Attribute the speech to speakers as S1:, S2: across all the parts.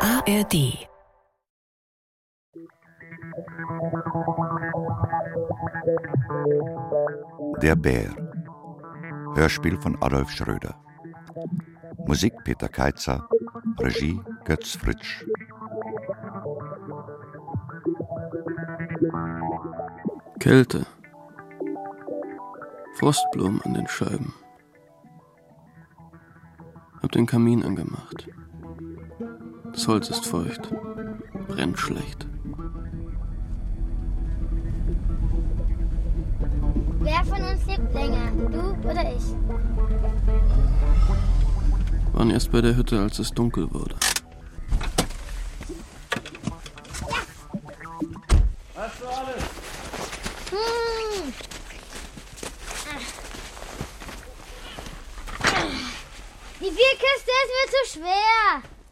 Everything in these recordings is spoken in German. S1: ARD.
S2: Der Bär. Hörspiel von Adolf Schröder. Musik Peter Keitzer. Regie Götz Fritsch.
S3: Kälte. Frostblumen an den Scheiben. Hab den Kamin angemacht. Das Holz ist feucht. Brennt schlecht.
S4: Wer von uns lebt länger? Du oder ich?
S3: Waren erst bei der Hütte, als es dunkel wurde.
S4: Hm. Die Bierkiste ist mir zu schwer.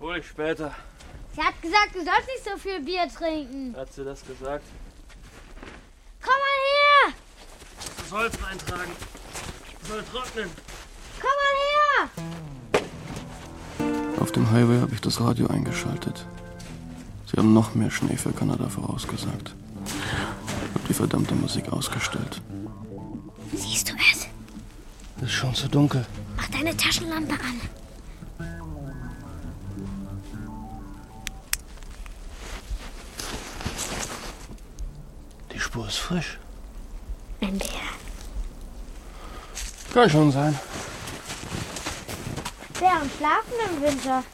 S5: Hol ich später.
S4: Sie hat gesagt, du sollst nicht so viel Bier trinken.
S5: Hat sie das gesagt?
S4: Komm mal her!
S5: Du sollst eintragen. Soll trocknen.
S4: Komm mal her!
S3: Auf dem Highway habe ich das Radio eingeschaltet. Sie haben noch mehr Schnee für Kanada vorausgesagt. Hab die verdammte Musik ausgestellt.
S4: Siehst du es?
S3: Ist schon zu dunkel.
S4: Mach deine Taschenlampe an.
S3: Die Spur ist frisch.
S4: Ein Bär.
S3: Kann schon sein.
S4: Bären schlafen im Winter.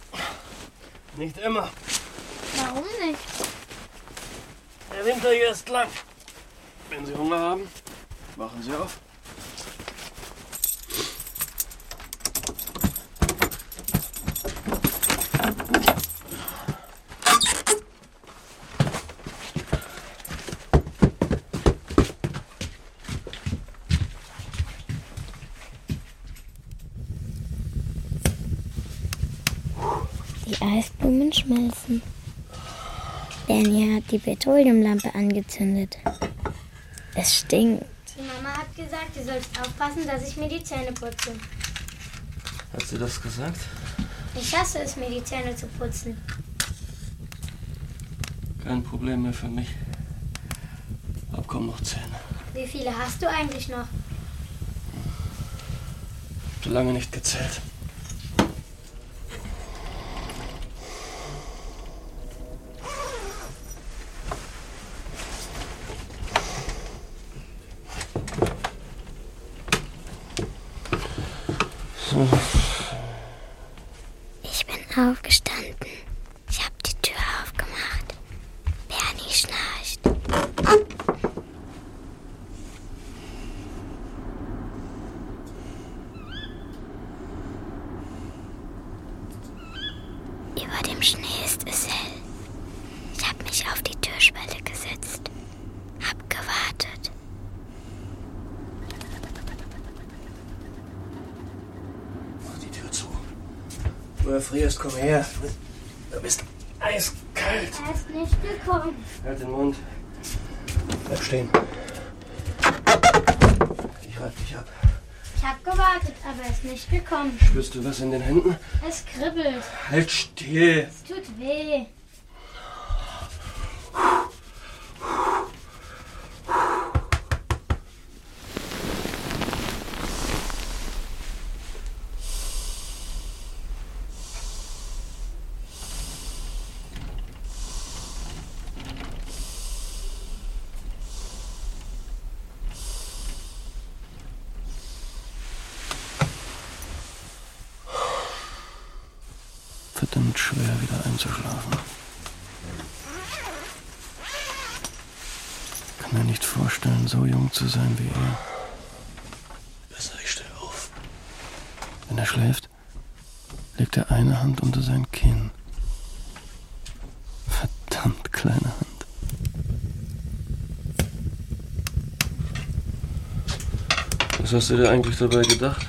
S5: Nicht immer.
S4: Warum nicht?
S5: Der Winter hier ist lang. Wenn Sie Hunger haben, wachen Sie auf.
S4: Die Eisblumen schmelzen. Daniel hat die Petroleumlampe angezündet. Es stinkt. Die Mama hat gesagt, du sollst aufpassen, dass ich mir die Zähne putze.
S5: Hat sie das gesagt?
S4: Ich hasse es, mir die Zähne zu putzen.
S3: Kein Problem mehr für mich. Hab kaum noch Zähne.
S4: Wie viele hast du eigentlich noch?
S3: Hab lange nicht gezählt.
S4: Ich bin aufgestanden. Ich habe die Tür aufgemacht. Bernie schnarcht. Über dem Schnee ist es hell. Ich habe mich auf die Türschwelle gesetzt. Hab gewartet.
S5: Mach die Tür zu. Du erfrierst, komm her. Du bist eiskalt.
S4: Er ist nicht gekommen.
S5: Halt den Mund. Bleib stehen. Ich reib dich ab.
S4: Ich habe gewartet, aber er ist nicht gekommen.
S5: Spürst du was in den Händen?
S4: Es kribbelt.
S5: Halt still.
S4: Es tut weh.
S3: Verdammt schwer wieder einzuschlafen. Kann mir nicht vorstellen, so jung zu sein wie er. Besser, ich stelle auf. Wenn er schläft, legt er eine Hand unter sein Kinn. Verdammt kleine Hand. Was hast du dir eigentlich dabei gedacht?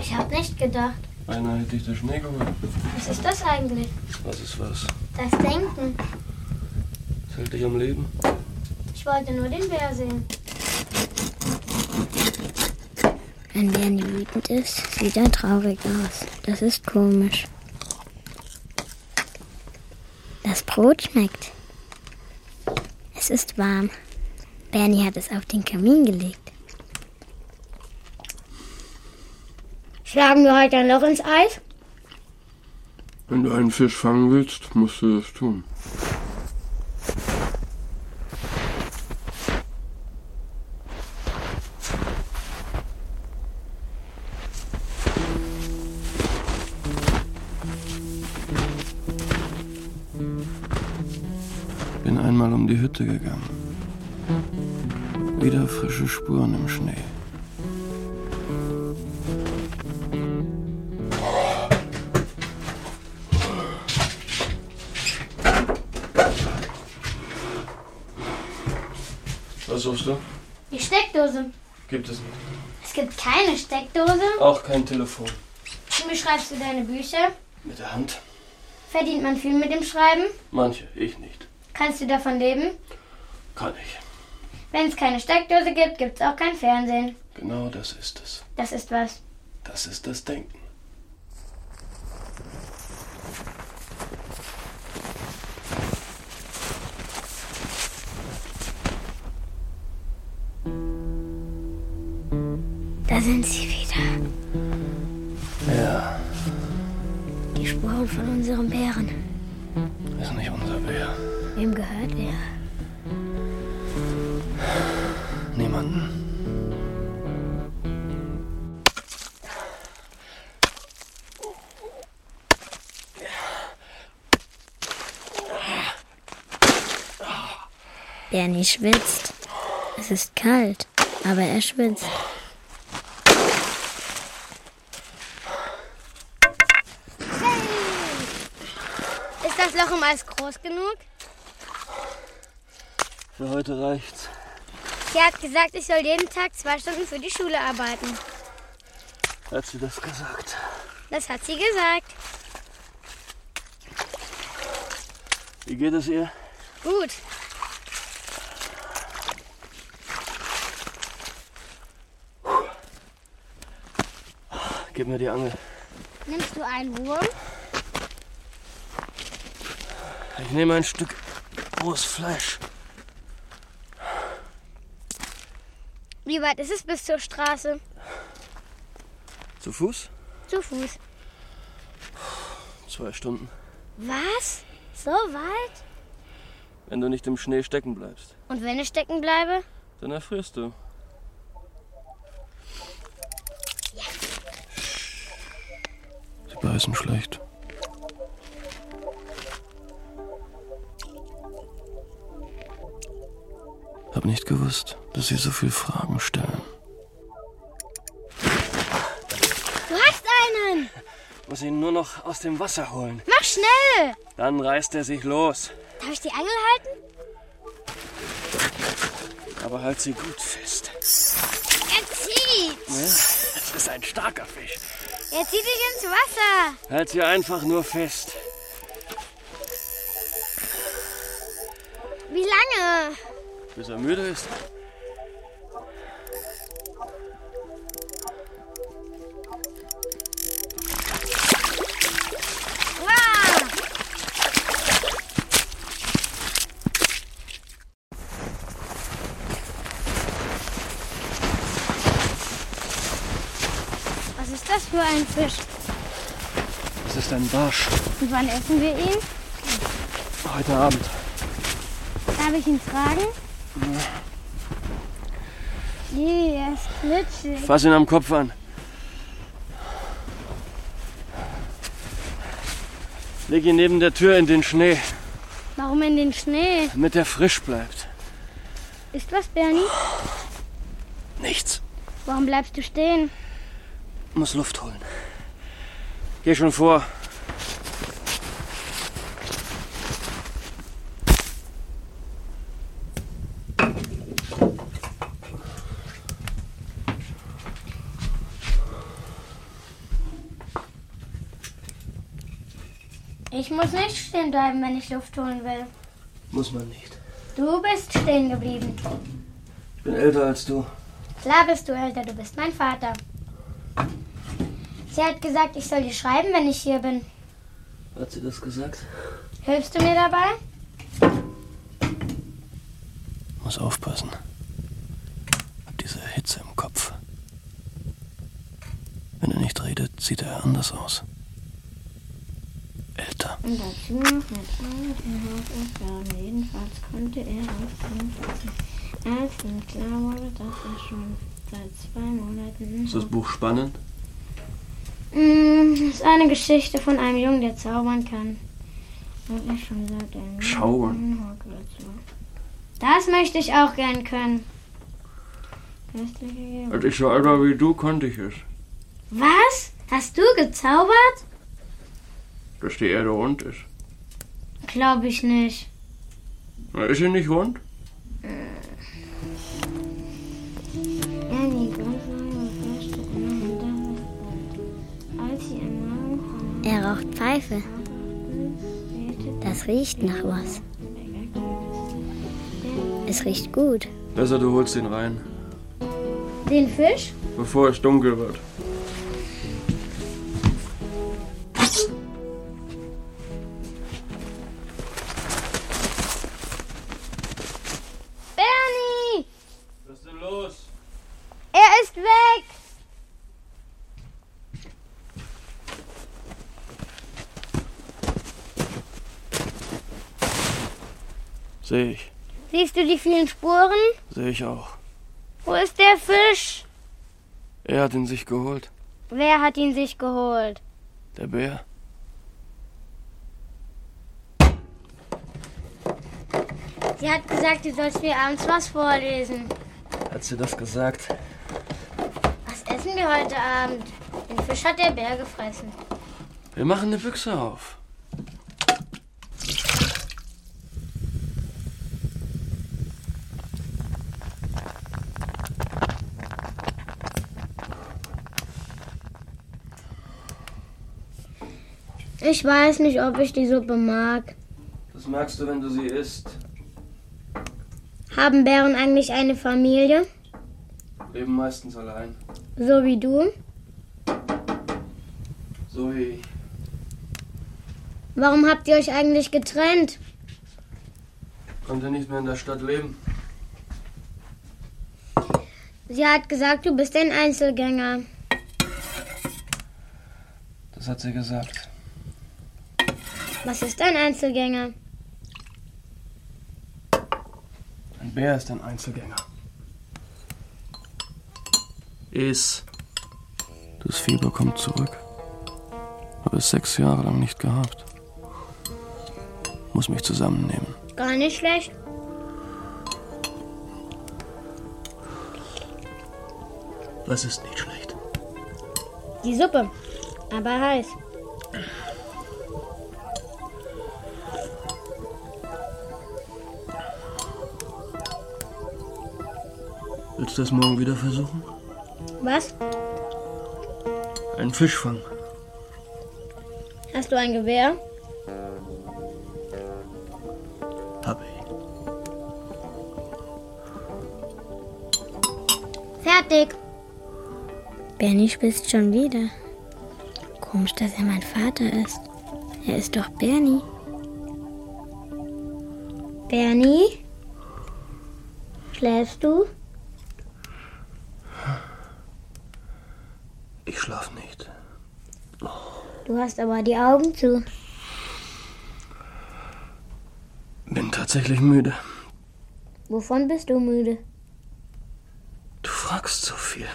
S4: Ich habe nicht gedacht.
S3: Einer hätte dich der Schnee geholt.
S4: Was ist das eigentlich?
S3: Was ist was?
S4: Das Denken.
S3: Das hält dich am Leben?
S4: Ich wollte nur den Bär sehen. Wenn Bernie wütend ist, sieht er traurig aus. Das ist komisch. Da Das Brot schmeckt. Es ist warm. Bernie hat es auf den Kamin gelegt.
S1: Schlagen wir heute ein Loch ins Eis?
S6: Wenn du einen Fisch fangen willst, musst du das tun. Bin einmal um die Hütte gegangen. Wieder frische Spuren im Schnee.
S3: Was suchst du?
S4: Die Steckdose.
S3: Gibt es nicht.
S4: Es gibt keine Steckdose.
S3: Auch kein Telefon.
S4: Wie schreibst du deine Bücher?
S3: Mit der Hand?
S4: Verdient man viel mit dem Schreiben?
S3: Manche, ich nicht.
S4: Kannst du davon leben?
S3: Kann ich.
S4: Wenn es keine Steckdose gibt, gibt es auch kein Fernsehen.
S3: Genau das ist es.
S4: Das ist was.
S3: Das ist das Denken.
S4: Da sind sie wieder.
S6: Ja,
S4: Die Spuren von unserem Bären.
S6: ist nicht unser Bär.
S4: Wem gehört er?
S6: Niemanden.
S4: Bernie schwitzt. Es ist kalt, aber er schwitzt.
S1: Ist das Loch im Eis groß genug?
S3: Für heute reicht's.
S1: Sie hat gesagt, ich soll jeden Tag zwei Stunden für die Schule arbeiten.
S3: Hat sie das gesagt?
S1: Das hat sie gesagt.
S3: Wie geht es ihr?
S1: Gut.
S3: Gib mir die Angel.
S1: Nimmst du einen Wurm?
S3: Ich nehme ein Stück rohes Fleisch.
S1: Wie weit ist es bis zur Straße?
S3: Zu Fuß?
S1: Zu Fuß.
S3: Zwei Stunden.
S1: Was? So weit?
S3: Wenn du nicht im Schnee stecken bleibst,
S1: Und wenn ich stecken bleibe?
S3: dann erfrierst du.
S6: Sie beißen schlecht. Hab nicht gewusst, dass sie so viel Fragen stellen.
S1: Du hast einen!
S3: Muss ihn nur noch aus dem Wasser holen.
S1: Mach schnell!
S3: Dann reißt er sich los.
S1: Darf ich die Angel halten?
S3: Aber halt sie gut fest.
S1: Er zieht!
S3: Es ist ein starker Fisch.
S1: Er zieht dich ins Wasser!
S3: Halt sie einfach nur fest.
S1: Wie lange?
S3: Bis er müde ist.
S1: Wow! Was ist das für ein Fisch?
S3: Es ist ein Barsch.
S1: Und wann essen wir ihn?
S3: Heute Abend.
S1: Darf ich ihn tragen? Nee, er ist glitschig.
S3: Fass ihn am Kopf an. Leg ihn neben der Tür in den Schnee,
S1: Warum in den Schnee?
S3: damit er frisch bleibt.
S1: Ist was, Bernie?
S3: Nichts.
S1: Warum bleibst du stehen?
S3: Muss Luft holen. Geh schon vor.
S1: Ich muss nicht stehen bleiben, wenn ich Luft holen will.
S3: Muss man nicht.
S1: Du bist stehen geblieben.
S3: Ich bin älter als du.
S1: Klar bist du älter, du bist mein Vater. Sie hat gesagt, ich soll dir schreiben, wenn ich hier bin.
S3: Hat sie das gesagt?
S1: Hilfst du mir dabei?
S3: Muss aufpassen. Hab diese Hitze im Kopf. Wenn er nicht redet, sieht er anders aus. Älter.
S4: Und dazu noch mit alten Hausaufgaben. Jedenfalls konnte er auf den fassen. Als ihm klar wurde, dass er schon seit zwei Monaten.
S3: Ist das Buch spannend?
S4: Mm, ist eine Geschichte von einem Jungen, der zaubern kann. Und ich schon seit einem
S3: Zaubern.
S4: in Hogwarts war. Das möchte ich auch gern können. Köstliche Ge-
S3: Als ich so alt war wie du, konnte ich es.
S4: Was? Hast du gezaubert?
S3: Dass die Erde rund ist.
S4: Glaube ich nicht.
S3: Na, ist sie nicht rund?
S4: Ernie Grundlage flaschte immer wieder. Als sie am Morgen kam,
S1: Er raucht Pfeife.
S4: wählte
S1: Das riecht nach was. Es riecht gut.
S3: Besser, du holst ihn rein,
S4: den Fisch.
S3: bevor es dunkel wird.
S1: Bernie!
S3: Was ist denn los?
S1: Er ist weg!
S3: Sehe ich.
S1: Siehst du die vielen Spuren?
S3: Sehe ich auch.
S1: Wo ist der Fisch?
S3: Er hat ihn sich geholt.
S1: Wer hat ihn sich geholt?
S3: Der Bär.
S1: Sie hat gesagt, du sollst mir abends was vorlesen.
S5: Hat sie das gesagt?
S1: Was essen wir heute Abend? Den Fisch hat der Bär gefressen.
S3: Wir machen eine Büchse auf.
S1: Ich weiß nicht, ob ich die Suppe mag.
S3: Das merkst du, wenn du sie isst.
S1: Haben Bären eigentlich eine Familie?
S3: Leben meistens allein.
S1: So wie du?
S3: So wie
S1: Warum habt ihr euch eigentlich getrennt?
S3: konnte nicht mehr in der Stadt leben.
S1: Sie hat gesagt, du bist ein Einzelgänger.
S3: Das hat sie gesagt.
S1: Was ist ein Einzelgänger?
S3: Ein Bär ist ein Einzelgänger. Is. Das Fieber kommt zurück. Habe es sechs Jahre lang nicht gehabt. Muss mich zusammennehmen.
S1: Gar nicht schlecht.
S3: Das ist nicht schlecht.
S1: Die Suppe. Aber heiß.
S3: Willst du das morgen wieder versuchen?
S1: Was?
S3: Einen Fischfang.
S1: Hast du ein Gewehr?
S3: Habe ich.
S1: Fertig.
S4: Bernie spitzt schon wieder. Komisch, dass er mein Vater ist. Er ist doch Bernie.
S1: Bernie? Schläfst du?
S3: Ich schlaf nicht.
S1: Du hast aber die Augen zu.
S3: Bin tatsächlich müde.
S1: Wovon bist du müde?
S3: Du fragst so viel.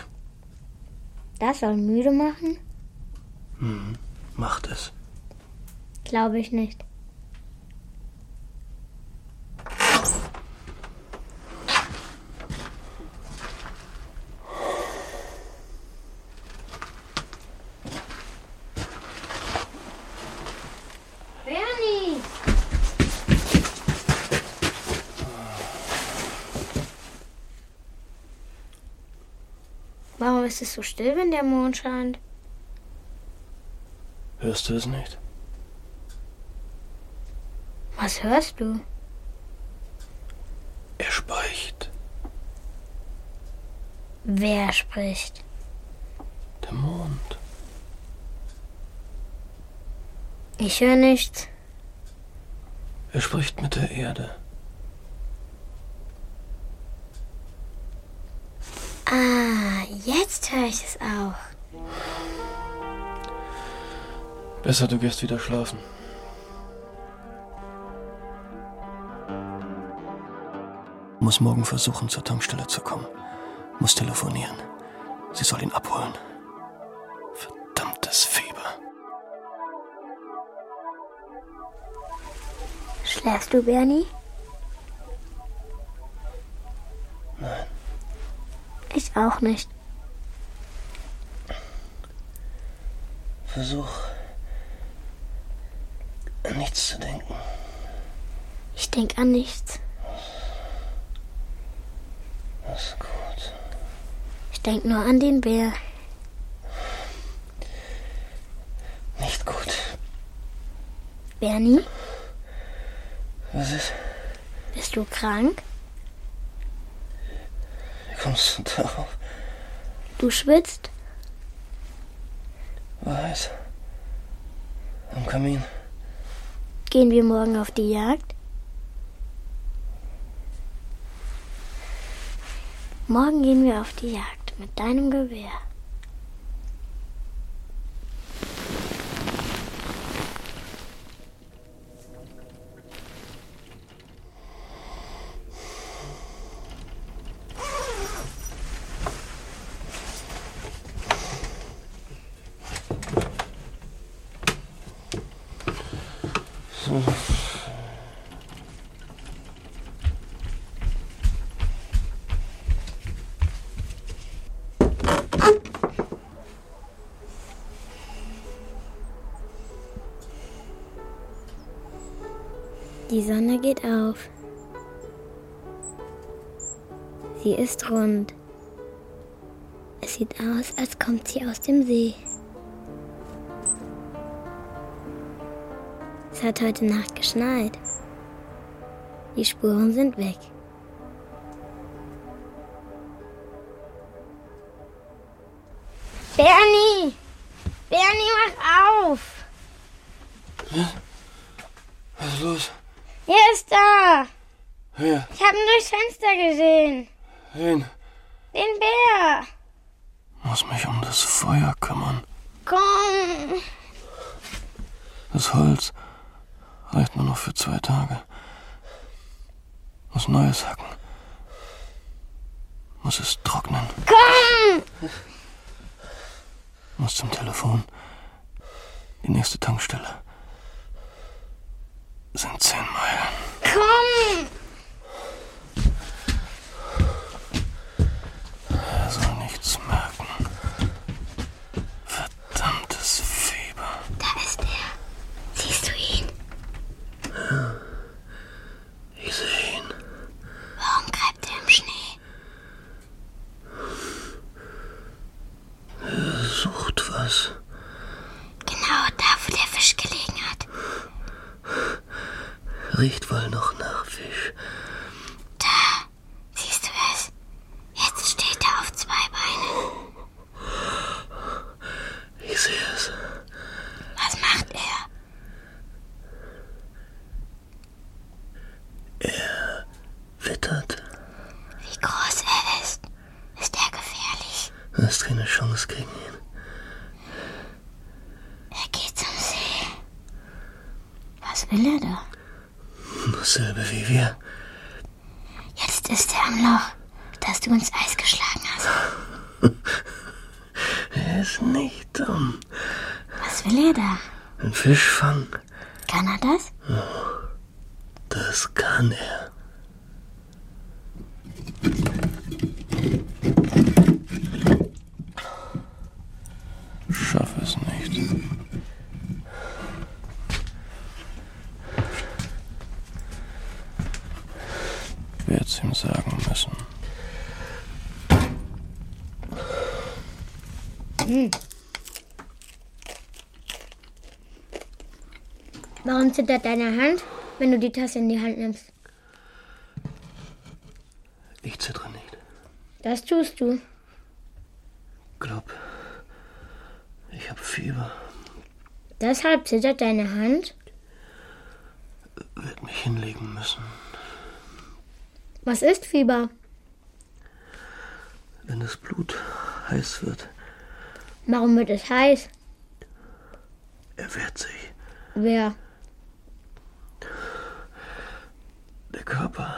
S1: Das soll müde machen?
S3: Hm, macht es.
S1: Glaube ich nicht. Bernie! Warum ist es so still, wenn der Mond scheint?
S3: Hörst du es nicht?
S1: Was hörst du?
S3: Er speicht.
S1: Wer spricht?
S3: Der Mond.
S1: Ich höre nichts.
S3: Er spricht mit der Erde.
S4: Ah, jetzt höre ich es auch.
S3: Besser, du gehst wieder schlafen. Muss morgen versuchen, zur Tankstelle zu kommen. Muss telefonieren. Sie soll ihn abholen. Verdammtes Fieber.
S4: Schläfst du, Bernie?
S3: Nein.
S4: Ich auch nicht.
S3: Versuch, an nichts zu denken.
S4: Ich denke an nichts.
S3: Das ist gut.
S4: Ich denke nur an den Bär.
S3: Nicht gut.
S4: Bernie,
S3: Was ist?
S4: bist du krank?
S3: Wie kommst du darauf?
S4: Du schwitzt?
S3: War heiß. Am Kamin.
S4: Gehen wir morgen auf die Jagd? Morgen gehen wir auf die Jagd mit deinem Gewehr. Die Sonne geht auf. Sie ist rund. Es sieht aus, als kommt sie aus dem See. Es hat heute Nacht geschneit. Die Spuren sind weg.
S1: Bernie! Bernie, mach auf!
S3: Was ist los?
S1: Er ist da!
S3: Wer?
S1: Ich habe ihn durchs Fenster gesehen.
S3: Wen?
S1: Den Bär!
S3: Muss mich um das Feuer kümmern.
S1: Komm!
S3: Das Holz reicht nur noch für zwei Tage. Muss Neues hacken. Muss es trocknen.
S1: Komm!
S3: Muss zum Telefon. Die nächste Tankstelle. Sind zehn Meilen.
S1: Komm!
S3: Er soll nichts merken. Verdammtes Fieber.
S4: Da ist er. Siehst du ihn?
S3: Ich sehe ihn.
S4: Warum greift er im Schnee?
S3: Sucht was.
S4: Genau da, wo der Fisch gelegen hat.
S3: Riecht wohl noch nach Fisch.
S4: Siehst du es? Jetzt steht er auf zwei Beinen.
S3: Ich sehe es.
S4: Was macht er?
S3: Wittert.
S4: Wie groß er ist? Ist er gefährlich?
S3: Du hast keine Chance gegen ihn.
S4: Er geht zum See. Was will er da?
S3: Dasselbe wie wir.
S4: Jetzt ist er am Loch, das du ins Eis geschlagen hast.
S3: Er ist nicht dumm.
S4: Was will er da?
S3: Ein Fischfang,
S4: Kann er das?
S3: das kann er. Schaff es nicht. Werd's ihm sagen müssen.
S1: Warum zittert deine Hand, wenn du die Tasse in die Hand nimmst?
S3: Ich zittere nicht.
S1: Das tust du.
S3: Glaub, ich hab Fieber.
S1: Deshalb zittert deine Hand.
S3: Will werde mich hinlegen müssen.
S1: Was ist Fieber?
S3: Wenn das Blut heiß wird,
S1: Warum wird es heiß?
S3: erwehrt sich
S1: Wer?
S3: der Körper.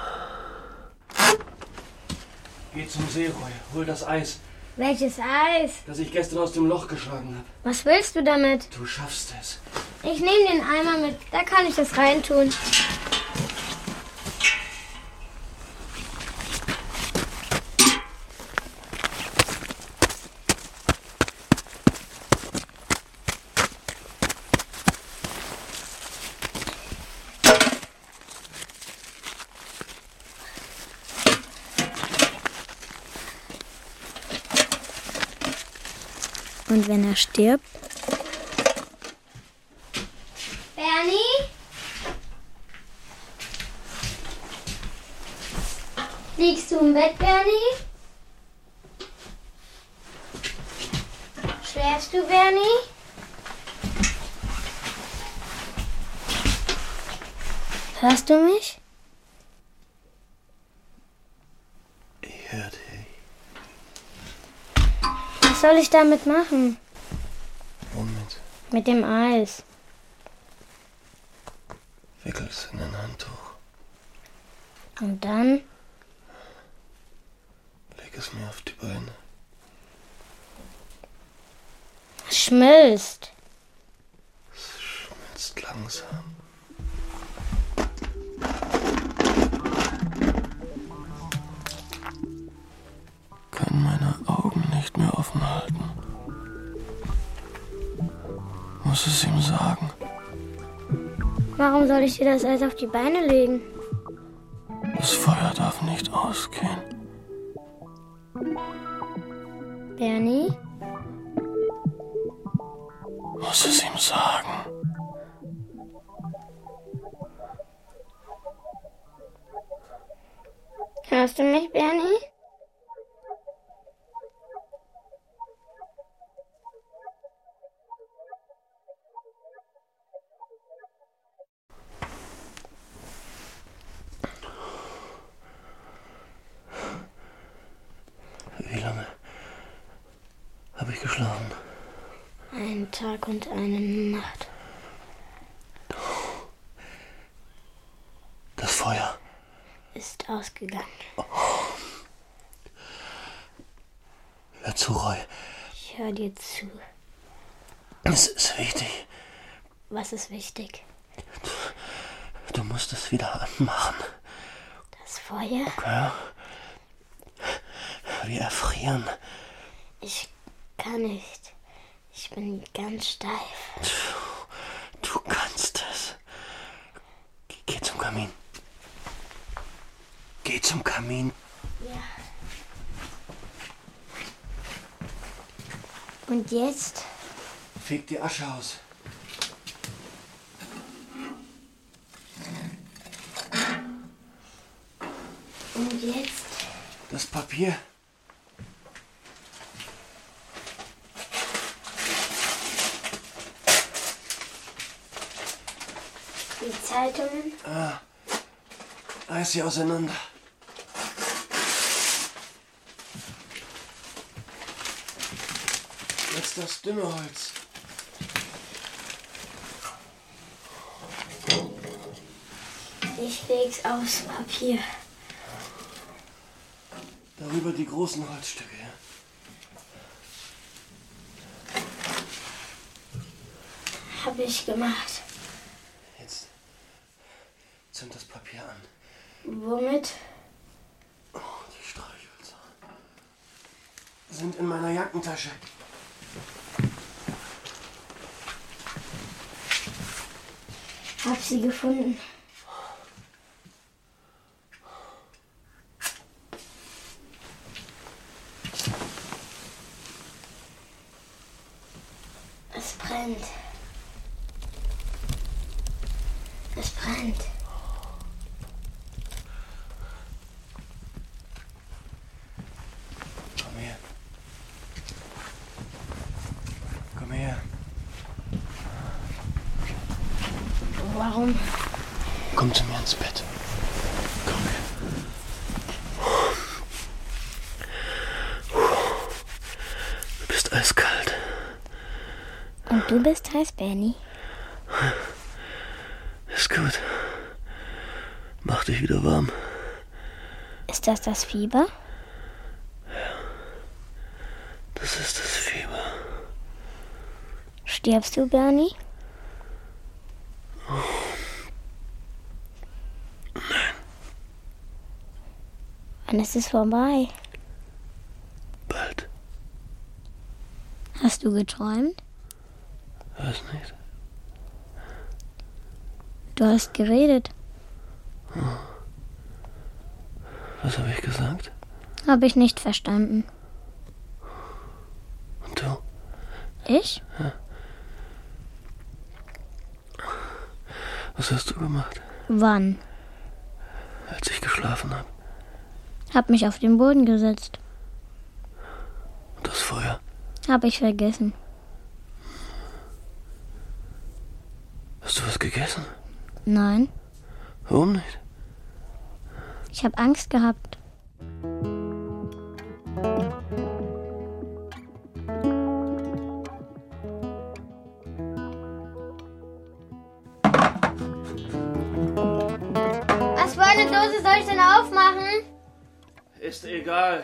S5: Geh zum Seeroy, hol das Eis,
S1: Welches Eis?
S5: das ich gestern aus dem Loch geschlagen habe.
S1: Was willst du damit?
S5: Du schaffst es.
S1: Ich nehme den Eimer mit, da kann ich das reintun.
S4: Und wenn er stirbt?
S1: Bernie? Liegst du im Bett, Bernie? Schläfst du, Bernie?
S4: Hörst du mich?
S3: Ich höre dich.
S4: Was soll ich damit machen?
S3: Moment.
S4: Mit dem Eis.
S3: Wickelst in ein Handtuch.
S4: Und dann?
S3: Leg es mir auf die Beine.
S4: Es schmilzt.
S3: Es schmilzt langsam. Kann meine Augen nicht mehr offen halten. Muss es ihm sagen.
S4: Warum soll ich dir das Eis auf die Beine legen?
S3: Das Feuer darf nicht ausgehen.
S4: Bernie?
S3: Muss es ihm sagen.
S4: Hörst du mich, Bernie?
S3: Wie lange habe ich geschlafen?
S4: Ein Tag und eine Nacht.
S3: Das Feuer.
S4: ist ausgegangen.
S3: Hör zu, Roy.
S4: Ich höre dir zu.
S3: Es ist wichtig.
S4: Was ist wichtig?
S3: Du musst es wieder anmachen.
S4: Das Feuer?
S3: Ja. Wir erfrieren.
S4: Ich kann nicht. Ich bin ganz steif.
S3: Du kannst es. Ge- Geh zum Kamin. Geh zum Kamin.
S4: Und jetzt?
S5: Feg die Asche aus.
S4: Und jetzt?
S5: Das Papier.
S4: Die Zeitungen?
S5: Reiß sie auseinander. Jetzt das dünne Holz.
S4: Ich leg's aufs Papier.
S5: Darüber die großen Holzstücke. ja?
S4: Hab ich gemacht.
S5: Jetzt zünd das Papier an.
S4: Womit?
S5: Oh, die Streichhölzer sind in meiner Jackentasche.
S4: Hab sie gefunden. Es brennt. Es brennt.
S5: Komm her. Komm her.
S4: Warum?
S3: Komm zu mir ins Bett. Komm her. Du bist eiskalt.
S4: Und du bist heiß, Bernie.
S3: Ist gut. Mach dich wieder warm.
S4: Ist das das Fieber?
S3: Das ist das Fieber.
S4: Stirbst du, Bernie? Wann ist es vorbei?
S3: Bald.
S4: Hast du geträumt?
S3: Weiß nicht.
S4: Du hast geredet.
S3: Was habe ich gesagt?
S4: Habe ich nicht verstanden.
S3: Und du?
S4: Ich?
S3: Was hast du gemacht,
S4: Wann?
S3: als ich geschlafen habe?
S4: Hab mich auf den Boden gesetzt.
S3: Und das Feuer?
S4: Hab ich vergessen.
S3: Hast du was gegessen?
S4: Nein,
S3: Warum nicht?
S4: ich habe Angst gehabt.
S1: Was für eine Dose soll ich denn aufmachen?
S5: Ist egal.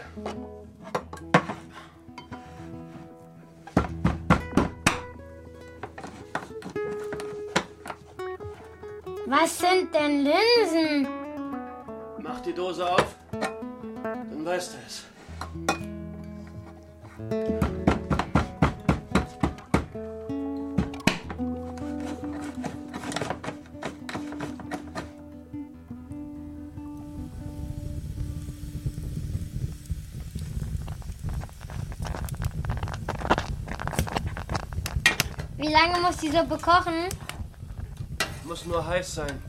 S1: Was sind denn Linsen?
S5: Mach die Dose auf, dann weißt du es.
S1: Wie lange muss die Suppe kochen?
S5: Muss nur heiß sein.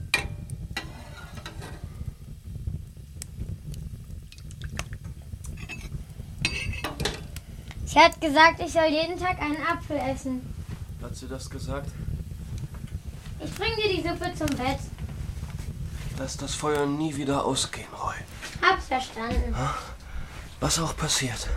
S1: Sie hat gesagt, ich soll jeden Tag einen Apfel essen.
S5: Hat sie das gesagt?
S1: Ich bring dir die Suppe zum Bett.
S5: Lass das Feuer nie wieder ausgehen, Roy.
S1: Hab's verstanden.
S5: Was auch passiert.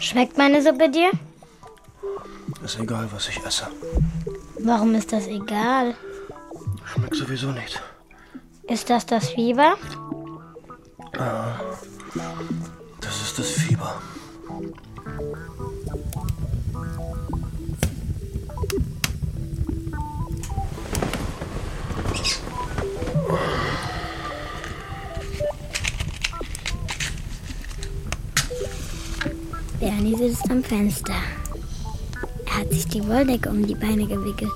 S4: Schmeckt meine Suppe dir?
S5: Ist egal, was ich esse.
S4: Warum ist das egal?
S5: Schmeckt sowieso nicht.
S4: Ist das das Fieber?
S5: Das ist das Fieber.
S4: Bernie sitzt am Fenster. Er hat sich die Wolldecke um die Beine gewickelt.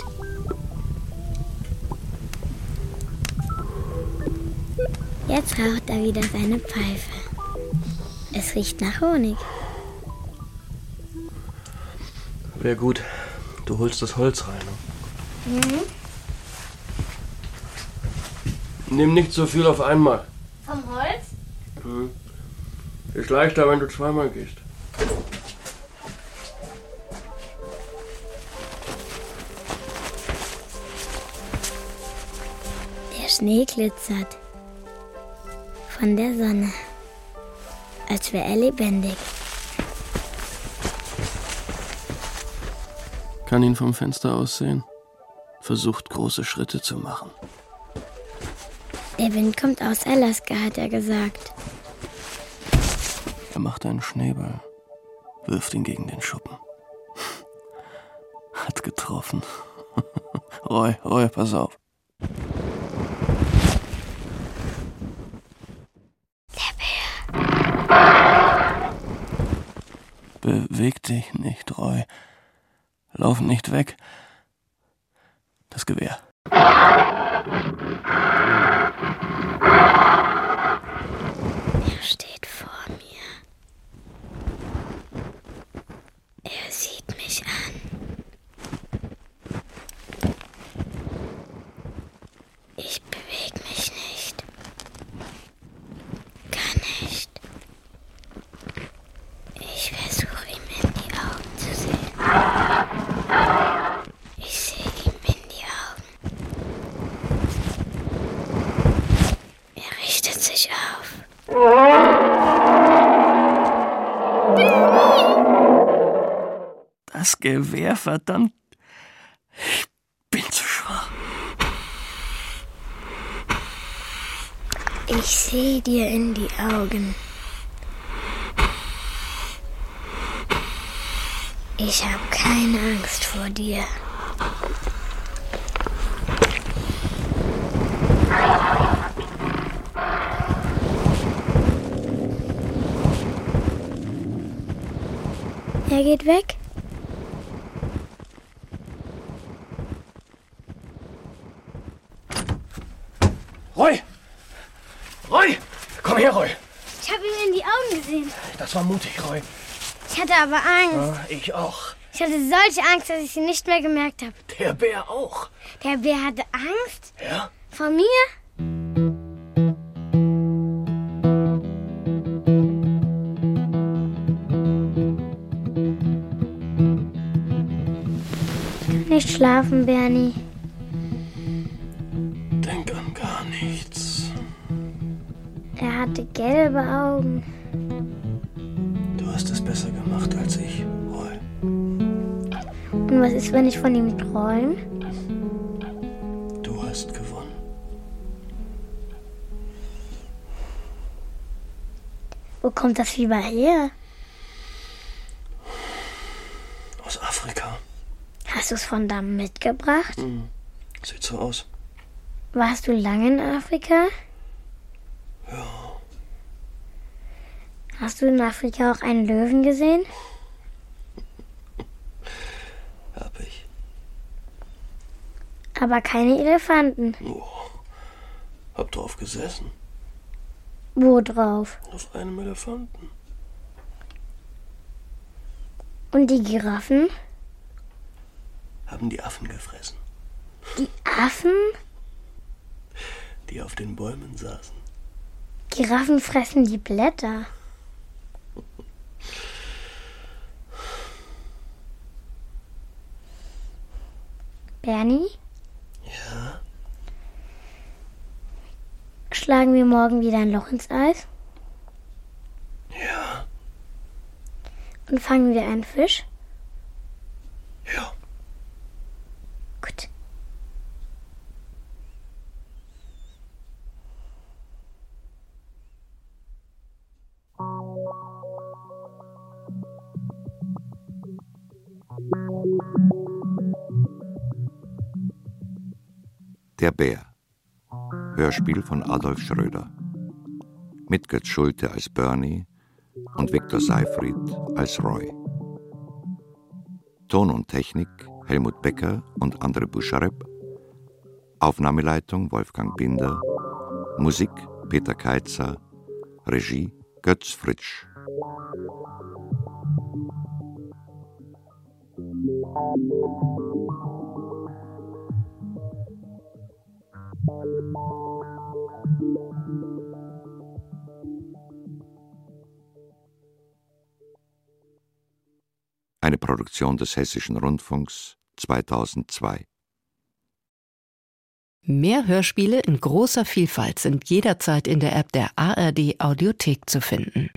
S4: Jetzt raucht er wieder seine Pfeife. Es riecht nach Honig.
S5: Wäre gut. Du holst das Holz rein. ne? Mhm. Nimm nicht so viel auf einmal.
S1: Vom Holz?
S5: Ist leichter, wenn du zweimal gehst.
S4: Der Schnee glitzert. Von der Sonne. Als wäre er lebendig.
S3: Kann ihn vom Fenster aus sehen. Versucht große Schritte zu machen.
S4: Der Wind kommt aus Alaska, hat er gesagt.
S3: Er macht einen Schneeball, wirft ihn gegen den Schuppen. Hat getroffen. Roy, Roy, pass auf. Beweg dich nicht, Roy. Lauf nicht weg. Das Gewehr.
S4: Er steht vor mir. Er sieht mich an. Ich bewege mich nicht.
S5: Das Gewehr, verdammt. Ich bin zu schwach.
S4: Ich sehe dir in die Augen. Ich habe keine Angst vor dir. Er geht weg.
S5: Roy! Roy! Komm her, Roy!
S1: Ich habe ihm in die Augen gesehen.
S5: Das war mutig, Roy.
S1: Ich hatte aber Angst.
S5: Ja, Ich auch.
S1: Ich hatte solche Angst, dass ich sie nicht mehr gemerkt habe.
S5: Der Bär auch.
S1: Der Bär hatte Angst
S5: Ja?
S1: vor mir?
S4: Nicht schlafen, Bernie.
S3: Denk an gar nichts.
S4: Er hatte gelbe Augen.
S3: Du hast es besser gemacht als ich, Roy.
S4: Und was ist, wenn ich von ihm träume?
S3: Du hast gewonnen.
S4: Wo kommt das Fieber her?
S3: Aus Afrika.
S4: Hast du es von da mitgebracht?
S5: Hm.
S3: Sieht so aus.
S4: Warst du lange in Afrika?
S3: Ja.
S4: Hast du in Afrika auch einen Löwen gesehen?
S3: Hab ich.
S4: Aber keine Elefanten.
S3: Oh. Hab drauf gesessen.
S4: Wo drauf?
S3: Auf einem Elefanten.
S4: Und die Giraffen?
S3: Haben die Affen gefressen,
S4: Affen?
S3: die auf den Bäumen saßen.
S4: Giraffen fressen die Blätter. Bernie,
S3: Ja?
S4: schlagen wir morgen wieder ein Loch ins Eis
S3: Ja.
S4: und fangen wir einen Fisch?
S3: Ja.
S4: Gut.
S2: Der Bär. Hörspiel von Adolf Schröder. Mit Götz Schulte als Bernie und Viktor Seifried als Roy. Ton und Technik Helmut Becker und Andre Buscharep. Aufnahmeleitung Wolfgang Binder. Musik Peter Keitzer. Regie Götz Fritsch. Eine Produktion des Hessischen Rundfunks 2002.
S7: Mehr Hörspiele in großer Vielfalt sind jederzeit in der App der ARD Audiothek zu finden.